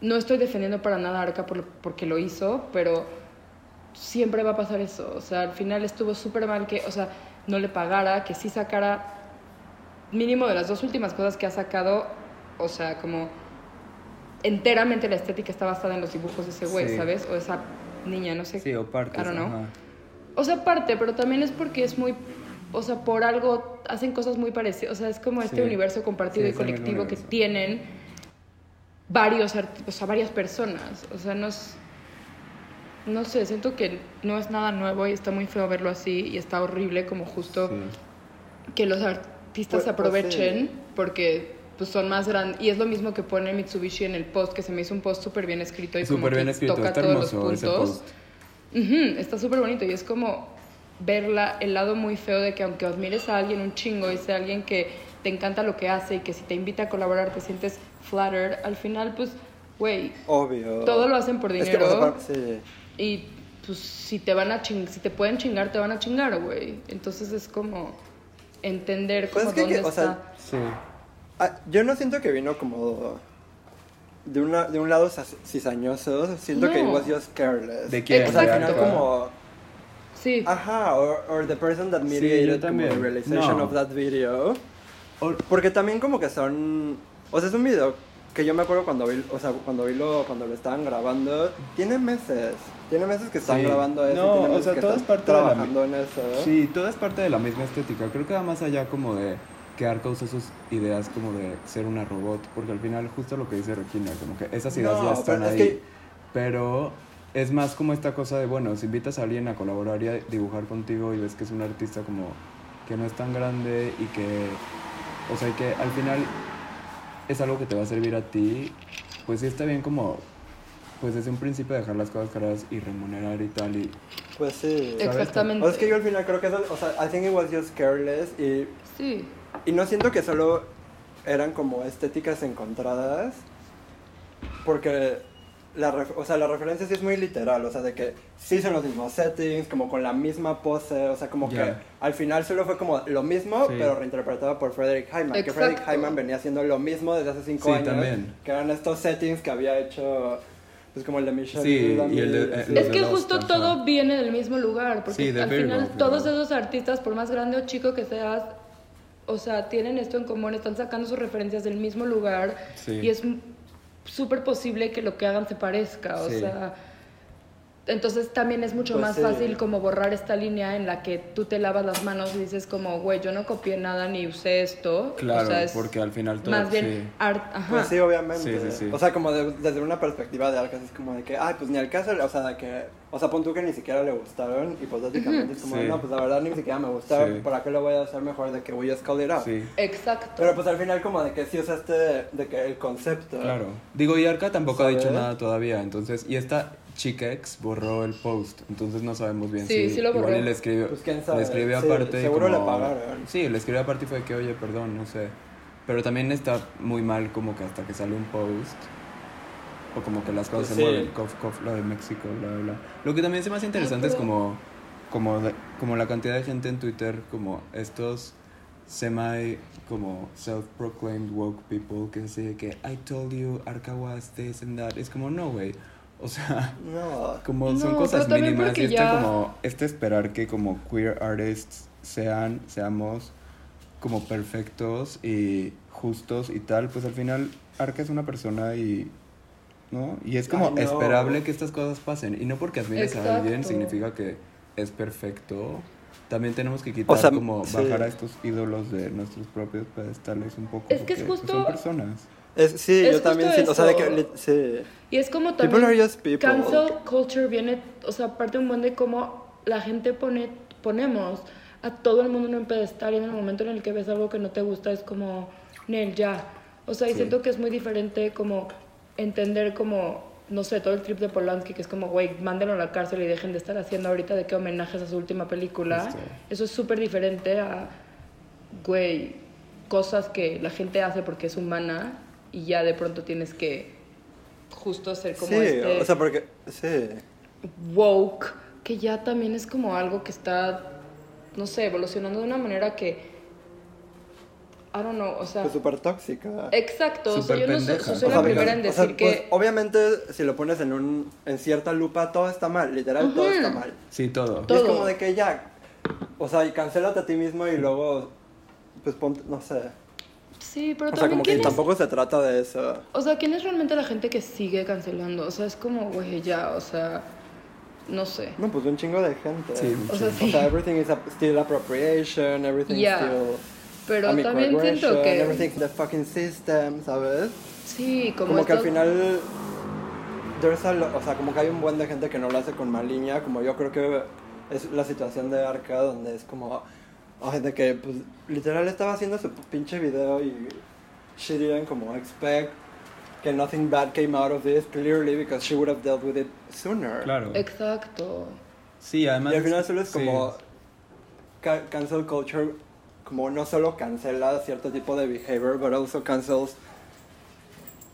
C: no estoy defendiendo para nada a Arca por- porque lo hizo, pero siempre va a pasar eso. O sea, al final estuvo súper mal que, o sea, no le pagara, que sí sacara mínimo de las dos últimas cosas que ha sacado, o sea, como enteramente la estética está basada en los dibujos de ese güey,
A: Sí.
C: ¿sabes? O esa niña, no sé.
A: Sí, o partes.
C: I don't know.
A: ajá.
C: O sea, parte, pero también es porque es muy. O sea, por algo hacen cosas muy parecidas. O sea, es como este
A: Sí.
C: universo compartido
A: Sí,
C: y
A: es el mismo
C: colectivo que
A: universo.
C: tienen varios arti- o sea, varias personas. O sea, no es- No sé, siento que no es nada nuevo y está muy feo verlo así y está horrible como justo
A: Sí.
C: que los artistas
B: Pues-
C: se aprovechen
B: pues sí.
C: porque pues, son más grandes. Y es lo mismo que pone Mitsubishi en el post, que se me hizo un post súper bien escrito y como
A: Súper
C: que
A: bien escrito,
C: toca
A: está
C: todos los
A: hermoso
C: puntos.
A: ese post.
C: Ujú, está súper bonito y es como ver la- el lado muy feo de que aunque admires a alguien un chingo y sea alguien que te encanta lo que hace y que si te invita a colaborar te sientes flattered, al final pues, güey,
B: Obvio.
C: todo lo hacen por
B: Es
C: dinero
B: que, o sea, para- sí.
C: y pues si te van a ching si te pueden chingar, te van a chingar, güey. Entonces es como entender
B: Pues
C: como
B: es que-
C: dónde
B: que- o
C: está.
B: sea,
A: Sí.
B: Ah, yo no siento que vino como de, una, de un lado cis- cizañoso, siento que it
C: No.
B: was just careless.
A: ¿De quién?
B: O sea, al
C: Exacto.
B: final como,
C: sí.
B: ajá, or, or the person that
A: Sí, yo
B: mediated como
A: también.
B: the realization
A: No.
B: of that video.
A: Or-
B: Porque también como que son, o sea, es un video que yo me acuerdo cuando vi, o sea, cuando vi lo, cuando lo estaban grabando, tiene meses, tiene meses que están
A: Sí.
B: grabando eso,
A: No,
B: tiene
A: o
B: meses
A: sea,
B: que
A: todo
B: están
A: es parte de la mi-
B: trabajando en eso.
A: Sí, todo es parte de la misma estética. Creo que va más allá como de que Arca usó sus ideas como de ser una robot, porque al final justo lo que dice Regina, como que esas ideas ya
B: No,
A: están
B: pero es
A: ahí.
B: que-
A: Pero es más como esta cosa de, bueno, si invitas a alguien a colaborar y a dibujar contigo y ves que es un artista como que no es tan grande y que, o sea, y que al final es algo que te va a servir a ti, pues sí está bien como, pues desde un principio dejar las cosas claras y remunerar y tal y...
B: Pues sí.
C: Exactamente.
B: O sea, pues es que yo al final creo que eso, o sea, I think it was just careless y,
C: Sí.
B: y no siento que solo eran como estéticas encontradas, porque la, ref- o sea, la referencia sí es muy literal, o sea, de que sí son los mismos settings, como con la misma pose, o sea, como
A: Ya.
B: que al final solo fue como lo mismo,
A: Sí.
B: pero reinterpretado por Frederick Hyman, que
C: Exacto.
B: Frederick Hyman venía haciendo lo mismo desde hace cinco
A: Sí,
B: años,
A: también.
B: que eran estos settings que había hecho, pues como el de Michelle
A: Sí,
B: Dudamel,
A: y el de- eh,
B: así.
A: Los
C: Es que
A: Lost,
C: justo
A: ajá.
C: todo viene del mismo lugar, porque
A: Sí, de
C: al
A: Very
C: final
A: Lost,
C: todos
A: claro.
C: esos artistas, por más grande o chico que seas, o sea, tienen esto en común, están sacando sus referencias del mismo lugar
A: Sí.
C: y es m- súper posible que lo que hagan se parezca, o
A: Sí.
C: sea... Entonces también es mucho
B: Pues
C: más
B: sí.
C: fácil como borrar esta línea en la que tú te lavas las manos y dices como, güey, yo no copié nada ni usé esto.
A: Claro,
C: o sea, es
A: porque al final todo...
C: más bien
A: sí.
C: art- ajá.
B: Pues sí, obviamente.
A: Sí, sí, sí.
B: O sea, como de- desde una perspectiva de Arcas, es como de que, ay, pues ni al caso, o sea, de que, o sea, pon tú que ni siquiera le gustaron, hipotéticamente, es como,
A: Sí.
B: no, pues la verdad ni siquiera me gustaron,
A: Sí.
B: ¿para qué lo voy a hacer mejor de que voy a call it out?
A: Sí.
C: Exacto.
B: Pero pues al final, como de que sí usaste de que el concepto.
A: Claro. Digo, y Arca tampoco ha dicho
B: ¿Sabe?
A: nada todavía, entonces, y esta chica ex borró el post, entonces no sabemos bien
C: Sí,
A: si
C: sí lo borró.
A: igual y le escribió,
B: Pues, ¿quién sabe?
A: le escribió
B: Sí,
A: aparte y
B: seguro le
A: como-
B: pagaron.
A: Sí, le escribió aparte y fue que, oye, perdón, no sé. Pero también está muy mal como que hasta que sale un post o como que las cosas
B: Pues
A: se
B: sí.
A: mueven, cof, cof, lo de México, bla, bla, bla. Lo que también se me hace interesante es
C: pero-
A: como como, de- como la cantidad de gente en Twitter, como estos semi, como self-proclaimed woke people que así de que I told you Arca was this and that. Es como, no, güey. O sea,
B: No.
A: como
C: No,
A: son
C: pero
A: cosas
C: también
A: mínimas. Y
C: porque
A: este,
C: ya-
A: como, este esperar que como queer artists sean, seamos como perfectos y justos y tal, pues al final Arca es una persona y... ¿No? Y es como
B: Ay, no.
A: esperable que estas cosas pasen. Y no porque admires a alguien
C: Exacto.
A: significa que es perfecto. También tenemos que quitar
B: O sea,
A: como
B: sí.
A: bajar a estos ídolos de nuestros propios pedestales un poco.
C: Es que es
A: porque, pues,
C: justo-
A: son personas.
B: Es- sí,
C: Es
B: yo también siento,
C: justo
B: o sea, de
C: eso.
B: que, li- sí.
C: Y es como
B: People
C: también
B: are just people.
C: cancel culture viene, o sea, aparte un buen de cómo la gente pone ponemos a todo el mundo en un pedestal y en el momento en el que ves algo que no te gusta es como Nel ya. O sea, y
A: Sí.
C: siento que es muy diferente como entender como no sé, todo el trip de Polanski que es como, güey, mándenlo a la cárcel y dejen de estar haciendo ahorita de qué homenajes a su última película.
A: Justo.
C: Eso es súper diferente a güey, cosas que la gente hace porque es humana y ya de pronto tienes que justo ser como
B: Sí,
C: este
B: o sea, porque, sí.
C: woke, que ya también es como algo que está, no sé, evolucionando de una manera que, I don't know, o
B: Fue
C: sea,
B: pues súper tóxica.
C: exacto, o sea, yo no soy,
A: Superpendeja.
C: soy
A: O
C: la
A: sea,
C: primera Eh, en
B: o sea,
C: decir que,
B: pues, obviamente, si lo pones en, un, en cierta lupa, todo está mal, literal, todo está mal.
A: Sí, todo.
B: Y es
C: Todo.
B: como de que ya, o sea, y cancélate a ti mismo y luego, pues ponte, no sé.
C: Sí, pero
B: O sea,
C: también
B: como que
C: ¿quién es-
B: tampoco se trata de eso.
C: O sea, ¿quién es realmente la gente que sigue cancelando? O sea, es como, güey, ya, o sea, no sé.
B: No, pues un chingo de gente.
A: Sí, un
C: O sea,
B: O
C: sí.
B: sea, everything is ap- still appropriation, everything
C: Yeah.
B: is still.
C: Pero también siento
B: microaggression,
C: que...
B: Everything's the fucking system, ¿sabes?
C: Sí, como,
B: Como, que al
C: estos-
B: final. there's a lo- o sea, como que hay un buen de gente que no lo hace con maliña, como yo creo que es la situación de Arca, donde es como. Ay, de que, pues, literal estaba haciendo su pinche video y. She didn't como expect que nothing bad came out of this, clearly, because she would have dealt with it sooner.
A: Claro.
C: Exacto.
A: Sí, además.
B: Y al final solo es
A: sí.
B: como ca- cancel culture, como no solo cancela cierto tipo de behavior, but also cancels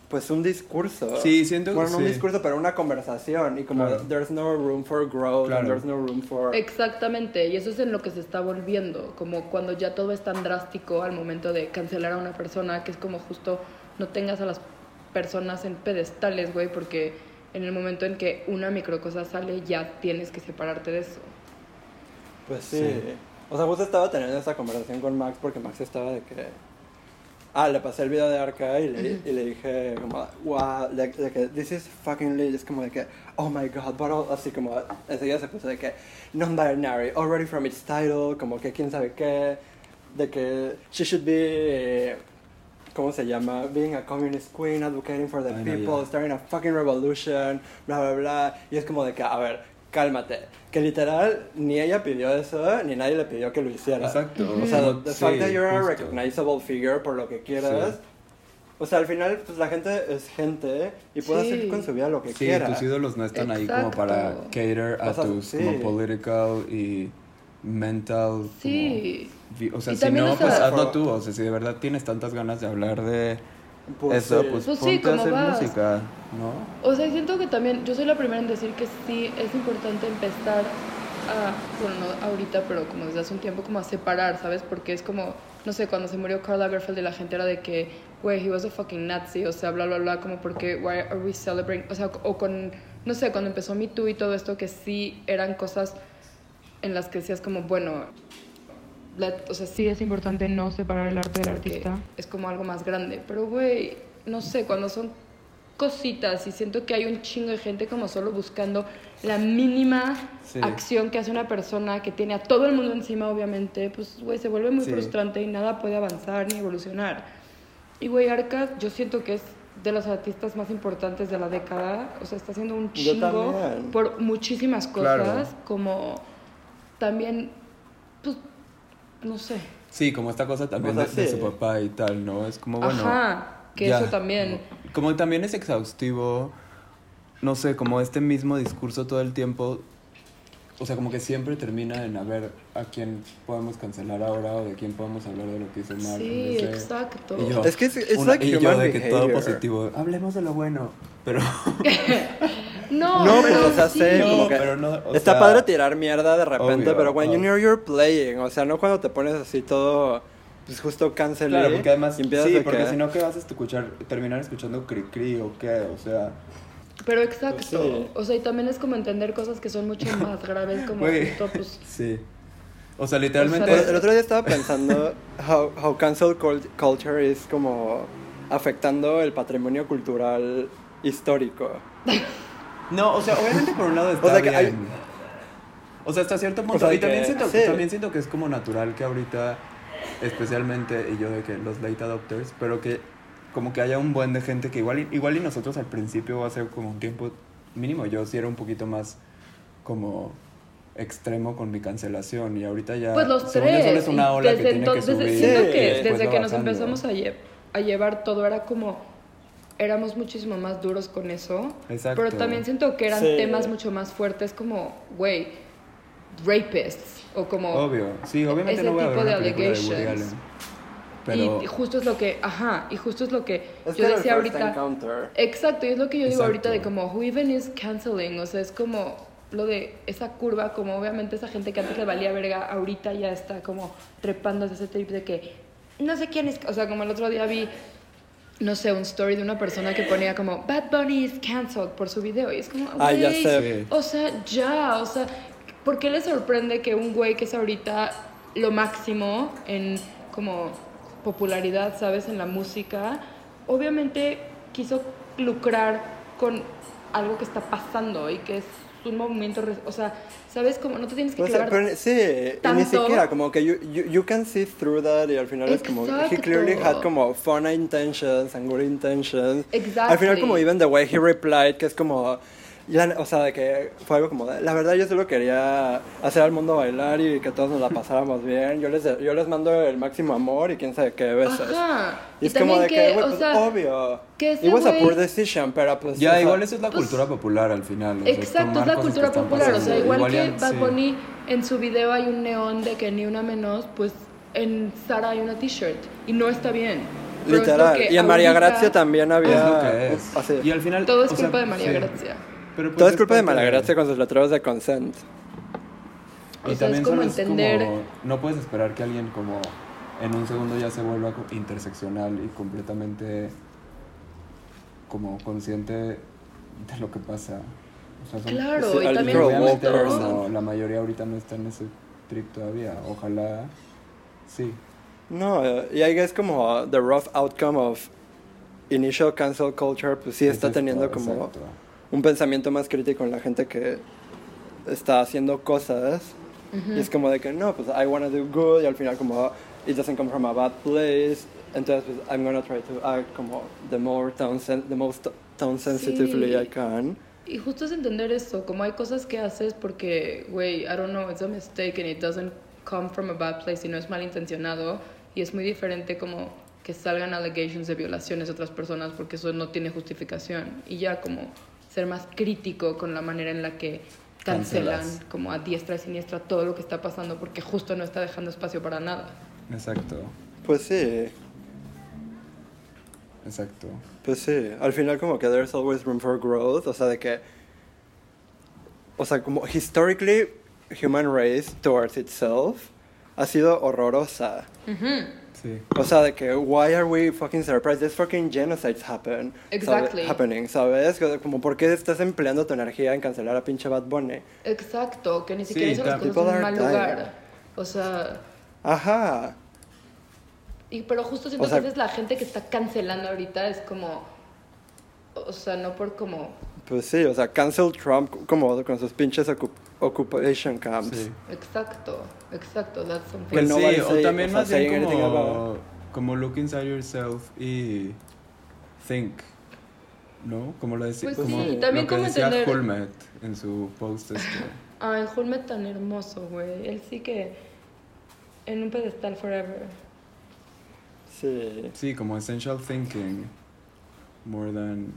B: pues un discurso.
A: Sí, siento-
B: Bueno, no un
A: sí.
B: discurso, pero una conversación y como
A: Claro.
B: there's no room for growth,
A: Claro.
B: and there's no room for
C: Exactamente, y eso es en lo que se está volviendo, como cuando ya todo es tan drástico al momento de cancelar a una persona, que es como justo no tengas a las personas en pedestales, güey, porque en el momento en que una microcosa sale ya tienes que separarte de eso.
B: Pues sí.
A: Sí.
B: O sea, justo estaba teniendo esta conversación con Max porque Max estaba de que. Ah, le pasé el video de Arca y le, y le dije, como, wow, de, de que, this is fucking lit. Es como de que, oh my god, but all-" así como, enseguida se puso de que, non-binary, already from its title, como que quién sabe qué, de que, she should be, eh, ¿cómo se llama? Being a communist queen, advocating for the
A: Ay, no,
B: people,
A: ya.
B: starting a fucking revolution, bla, bla, bla. Y es como de que, a ver, cálmate. Que literal, ni ella pidió eso, ni nadie le pidió que lo hiciera.
A: Exacto.
B: O sea,
A: Ujú.
B: the
A: Sí,
B: fact that you're a
A: justo.
B: recognizable figure por lo que quieras.
A: Sí.
B: O sea, al final, pues la gente es gente ¿eh? y puede
C: Sí.
B: hacer con su vida lo que
A: Sí,
B: quiera.
A: tus ídolos no están ahí como para
C: Exacto.
A: cater a
B: O sea,
A: tus
B: sí.
A: como political y mental. como
C: Sí,
A: vi- o sea,
C: Y
A: si
C: también
A: no,
C: esa-
A: pues hazlo tú. O sea, si de verdad tienes tantas ganas de hablar de
B: Pues,
A: eso,
B: sí.
A: pues,
C: Pues sí,
A: ponte a
C: ¿cómo
A: hacer
C: vas?
A: música, ¿no?
C: o sea, siento que también, yo soy la primera en decir que sí, es importante empezar a, bueno, no ahorita, pero como desde hace un tiempo, como a separar, ¿sabes? Porque es como, no sé, cuando se murió Karl Lagerfeld y la gente era de que, güey, he was a fucking Nazi, o sea, bla, bla, bla, como porque, why are we celebrating, o sea, o con, no sé, cuando empezó Me Too y todo esto, que sí eran cosas en las que decías como, bueno, la- o sea, sí
E: Sí, es importante no separar el arte del
C: porque
E: artista.
C: es como algo más grande. Pero, güey, no sé, cuando son cositas y siento que hay un chingo de gente como solo buscando la mínima
A: Sí.
C: acción que hace una persona que tiene a todo el mundo encima, obviamente, pues, güey, se vuelve muy
A: Sí.
C: frustrante y nada puede avanzar ni evolucionar. Y, güey, Arca, yo siento que es de los artistas más importantes de la década, o sea, está haciendo un
B: Yo
C: chingo
B: también.
C: por muchísimas
A: Claro.
C: cosas, como también, pues, no sé,
A: Sí, como esta cosa también
B: O sea,
A: de, de
B: sí.
A: su papá y tal, ¿no? Es como, bueno.
C: Ajá, que
A: ya,
C: eso también.
A: Como, como también es exhaustivo, no sé, como este mismo discurso todo el tiempo. O sea, como que siempre termina en a ver a quién podemos cancelar ahora o de quién podemos hablar de lo que hizo mal.
C: Sí, exacto.
A: Y yo,
B: Es que es- it's
A: una-
B: like
A: y yo
B: human
A: de que todo
B: behavior.
A: positivo, hablemos de lo bueno, pero
C: No,
B: No,
C: pero
B: pero o sea,
C: sí.
B: sé, como
A: No,
B: que
A: pero no, o
B: está
A: sea,
B: padre tirar mierda de repente,
A: obvio,
B: pero when you
A: obvio.
B: know you're playing, o sea, no cuando te pones así todo, pues justo cancel
A: claro, porque además
B: y empiezas
A: sí,
B: de
A: porque
B: que-
A: si no qué vas a escuchar, terminar escuchando cri cri o qué, o sea,
C: Pero exacto.
B: Pues sí.
C: O sea, y también es como entender cosas que son mucho más graves, como
A: Güey.
C: justo, pues.
A: Sí. O sea,
C: literalmente-
A: literalmente.
B: Pero el otro día estaba pensando how, how cancel cult- culture es como afectando el patrimonio cultural histórico.
A: No, o sea, obviamente por un lado está
B: O sea, que
A: bien.
B: hay-
A: O sea, hasta cierto punto.
B: O sea,
A: y también,
B: que-
A: siento,
B: sí.
A: también siento que es como natural que ahorita, especialmente, y yo de que los late adopters, pero que como que haya un buen de gente que igual, y- igual y nosotros al principio hace como un tiempo mínimo, yo sí era un poquito más como extremo con mi cancelación y ahorita ya
C: Pues los
A: según yo,
C: tres.
A: solo es una
C: y
A: ola
C: desde
A: que tiene que
C: entonces,
A: subir
C: siento
A: y
B: Sí.
C: que
A: después
C: desde
A: va
C: que nos
A: bajando.
C: empezamos a, lle- a llevar todo era como. Éramos muchísimo más duros con eso.
A: Exacto.
C: Pero también siento que eran
B: Sí.
C: temas mucho más fuertes, como, güey, rapists. O como.
A: Obvio, sí, obviamente
C: ese
A: no voy a ver
C: tipo de
A: una película de Woody
C: allegations.
A: Allen, Pero
C: Y justo es lo que. Ajá, y justo es lo que
B: Es que
C: yo
B: era el
C: decía
B: first
C: ahorita.
B: encounter.
C: Exacto, y es lo que yo digo ahorita de
A: Exacto.
C: como, who even is canceling, o sea, es como lo de esa curva, como obviamente esa gente que antes le valía verga, ahorita ya está como trepándose ese trip de que no sé quién es, o sea, como el otro día vi, no sé, un story de una persona que ponía como, Bad Bunny is cancelled por su video, y es como,
B: Ah, ya
C: "Güey,
B: sé.
C: o sea, ya, o sea, ¿por qué le sorprende que un güey que es ahorita lo máximo en como popularidad, ¿sabes? En la música, obviamente quiso lucrar con algo que está pasando y que es un movimiento, re- o sea, ¿sabes? Como no te tienes que
B: O sea,
C: clavar.
B: Pues, eh, pero sí, y ni
C: tanto.
B: siquiera, como que you, you, you can see through that y al final es como, he
C: Exacto.
B: clearly had como fun intentions and good intentions.
C: Exactly.
B: Al final como even the way he replied, que es como, la- o sea, de que fue algo como, de, la verdad yo solo quería hacer al mundo bailar y que todos nos la pasáramos bien, yo les, yo les mando el máximo amor y quién sabe qué besos.
C: Ajá.
B: Y,
C: Y,
B: es
C: también
B: como de
C: que,
B: que, güey,
C: o
B: pues
C: sea,
B: obvio,
C: que ese
B: it was a
C: güey-
B: poor decision, pero pues... o
A: Ya,
B: sea,
A: igual eso es la
C: pues-
A: cultura popular al final. o sea,
C: Exacto, es
A: tomar cosas
C: la
A: que
C: cultura
A: están
C: popular. O
A: pasando.
C: sea, igual,
A: ya-
C: que Bad
A: sí.
C: Bunny en su video hay un neón de que ni una menos, pues en Sara hay una t-shirt. Y no está bien. Pero es lo
B: Literal.
C: que
B: Y en María
C: ahorita
B: Gracia también
A: Es lo
B: había...
A: que es.
B: así.
A: Y al final.
C: Todo es
A: o sea,
C: culpa de María
A: sí.
C: Gracia.
A: Pero pues
B: Todo es culpa de
A: parte
B: Malagracia con sus letreros de consent.
C: O
A: Y
C: sea, es
A: también
C: como
A: solo es
C: entender-
A: como- no puedes esperar que alguien como en un segundo ya se vuelva co- interseccional y completamente como consciente de lo que pasa. O sea, son-
C: Claro,
B: Sí,
C: y
B: al
C: también
B: Pero
A: obviamente
B: woke
C: justo-
A: como la mayoría ahorita no está en ese trip todavía. Ojalá sí.
B: No, eh, y ahí es como uh, the rough outcome of initial cancel culture, pues sí
A: es
B: está
A: esto,
B: teniendo como
A: exacto.
B: un pensamiento más crítico en la gente que está haciendo cosas. Y es como de que no, pues I wanna do good, y al final como uh, it doesn't come from a bad place. Entonces, pues I'm gonna try to act como the more tone, sen- the most tone sensitively
C: Sí.
B: I can.
C: Y justo es entender eso, como hay cosas que haces porque, güey, I don't know, it's a mistake and it doesn't come from a bad place y no es malintencionado. Y es muy diferente como que salgan allegations de violaciones de otras personas porque eso no tiene justificación. Y ya como ser más crítico con la manera en la que cancelan
A: Cancelas.
C: como a diestra y siniestra todo lo que está pasando porque justo no está dejando espacio para nada.
A: Exacto.
B: Pues sí,
A: Exacto.
B: Pues sí, al final como que there's always room for growth, o sea, de que... O sea, como historically, human race towards itself ha sido horrorosa.
A: Sí.
B: O sea, de que, why are we fucking surprised? This fucking genocides happen. sabe-
C: Exactly.
B: Happening, ¿sabes? Como, ¿por qué estás empleando tu energía en cancelar a pinche Bad Bunny?
C: Exacto, que ni
A: Sí,
C: siquiera hizo
A: ta-
C: las cosas
B: people
C: en un mal
B: are dying.
C: lugar. O sea...
B: Ajá.
C: Y, pero justo siento
B: O sea-
C: que a veces la gente que está cancelando ahorita es como. O sea, no por como.
B: Pues sí, o sea, cancel Trump como con sus pinches ocup- occupation camps.
A: Sí.
C: Exacto, exacto, that's something.
B: Pues
A: Pues
B: no
A: sí,
B: vale
A: o
B: say-
A: también
B: o sea,
A: más bien
B: saying anything
A: como,
B: about-
A: como look inside yourself y think, ¿no? Como lo decía,
C: Pues
A: como
C: sí, y también
A: lo que
C: como
A: decía
C: entender-
A: Hulmet en su post este.
C: Ay, Hulmet tan hermoso, güey. Él sí que. En un pedestal forever.
B: Sí.
A: Sí, como essential thinking more than.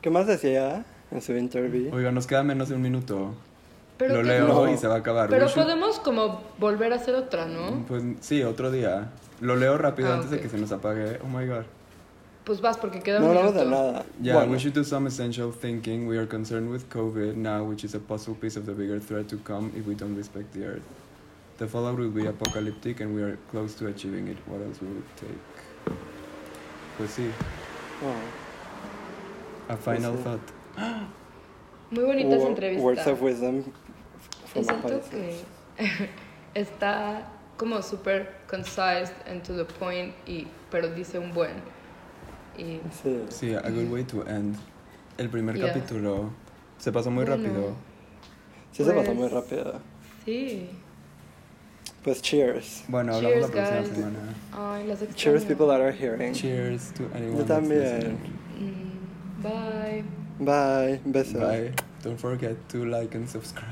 B: ¿Qué más decía en su interview?
A: Oiga, nos queda menos de un minuto.
C: Pero
A: lo
C: que-
A: leo
B: No.
A: y se va a acabar.
C: Pero
A: We should-
C: podemos como volver a hacer otra,
B: Mm.
C: ¿no?
A: Pues sí, otro día. Lo leo rápido
C: Ah,
A: antes
C: ok.
A: de que se nos apague. Oh my god.
C: Pues vas, porque queda
B: No
C: un
B: hablamos
C: minuto.
B: de nada.
A: Yeah,
B: Bueno.
A: we should do some essential thinking. We are concerned with COVID now, which is a puzzle piece of the bigger threat to come if we don't respect the earth. The fallout will be apocalyptic and we are close to achieving it. What else will it take? Pues sí,
B: Oh.
A: a final
B: sí.
A: thought.
C: Muy bonita esa
B: Wo-
C: entrevista.
B: Words of wisdom. from
C: Y siento
B: Aparicio.
C: que está como súper concise and to the point, y, pero dice un buen. Y
B: Sí.
A: Sí, a good way to end. El primer
C: Yeah.
A: capítulo se pasó muy
C: Bueno.
A: rápido.
B: Sí, se pasó
C: Pues-
B: muy rápido.
C: sí.
B: Pues cheers.
A: Bueno, hablamos la
C: Cheers,
A: próxima
C: guys.
A: semana.
C: Ay, las extraño.
B: Cheers, people that are hearing.
A: Cheers to anyone.
B: Yo
A: that's
B: también.
A: listening.
C: Mm, Bye.
B: Bye. Besos.
A: Bye. Don't forget to like and subscribe.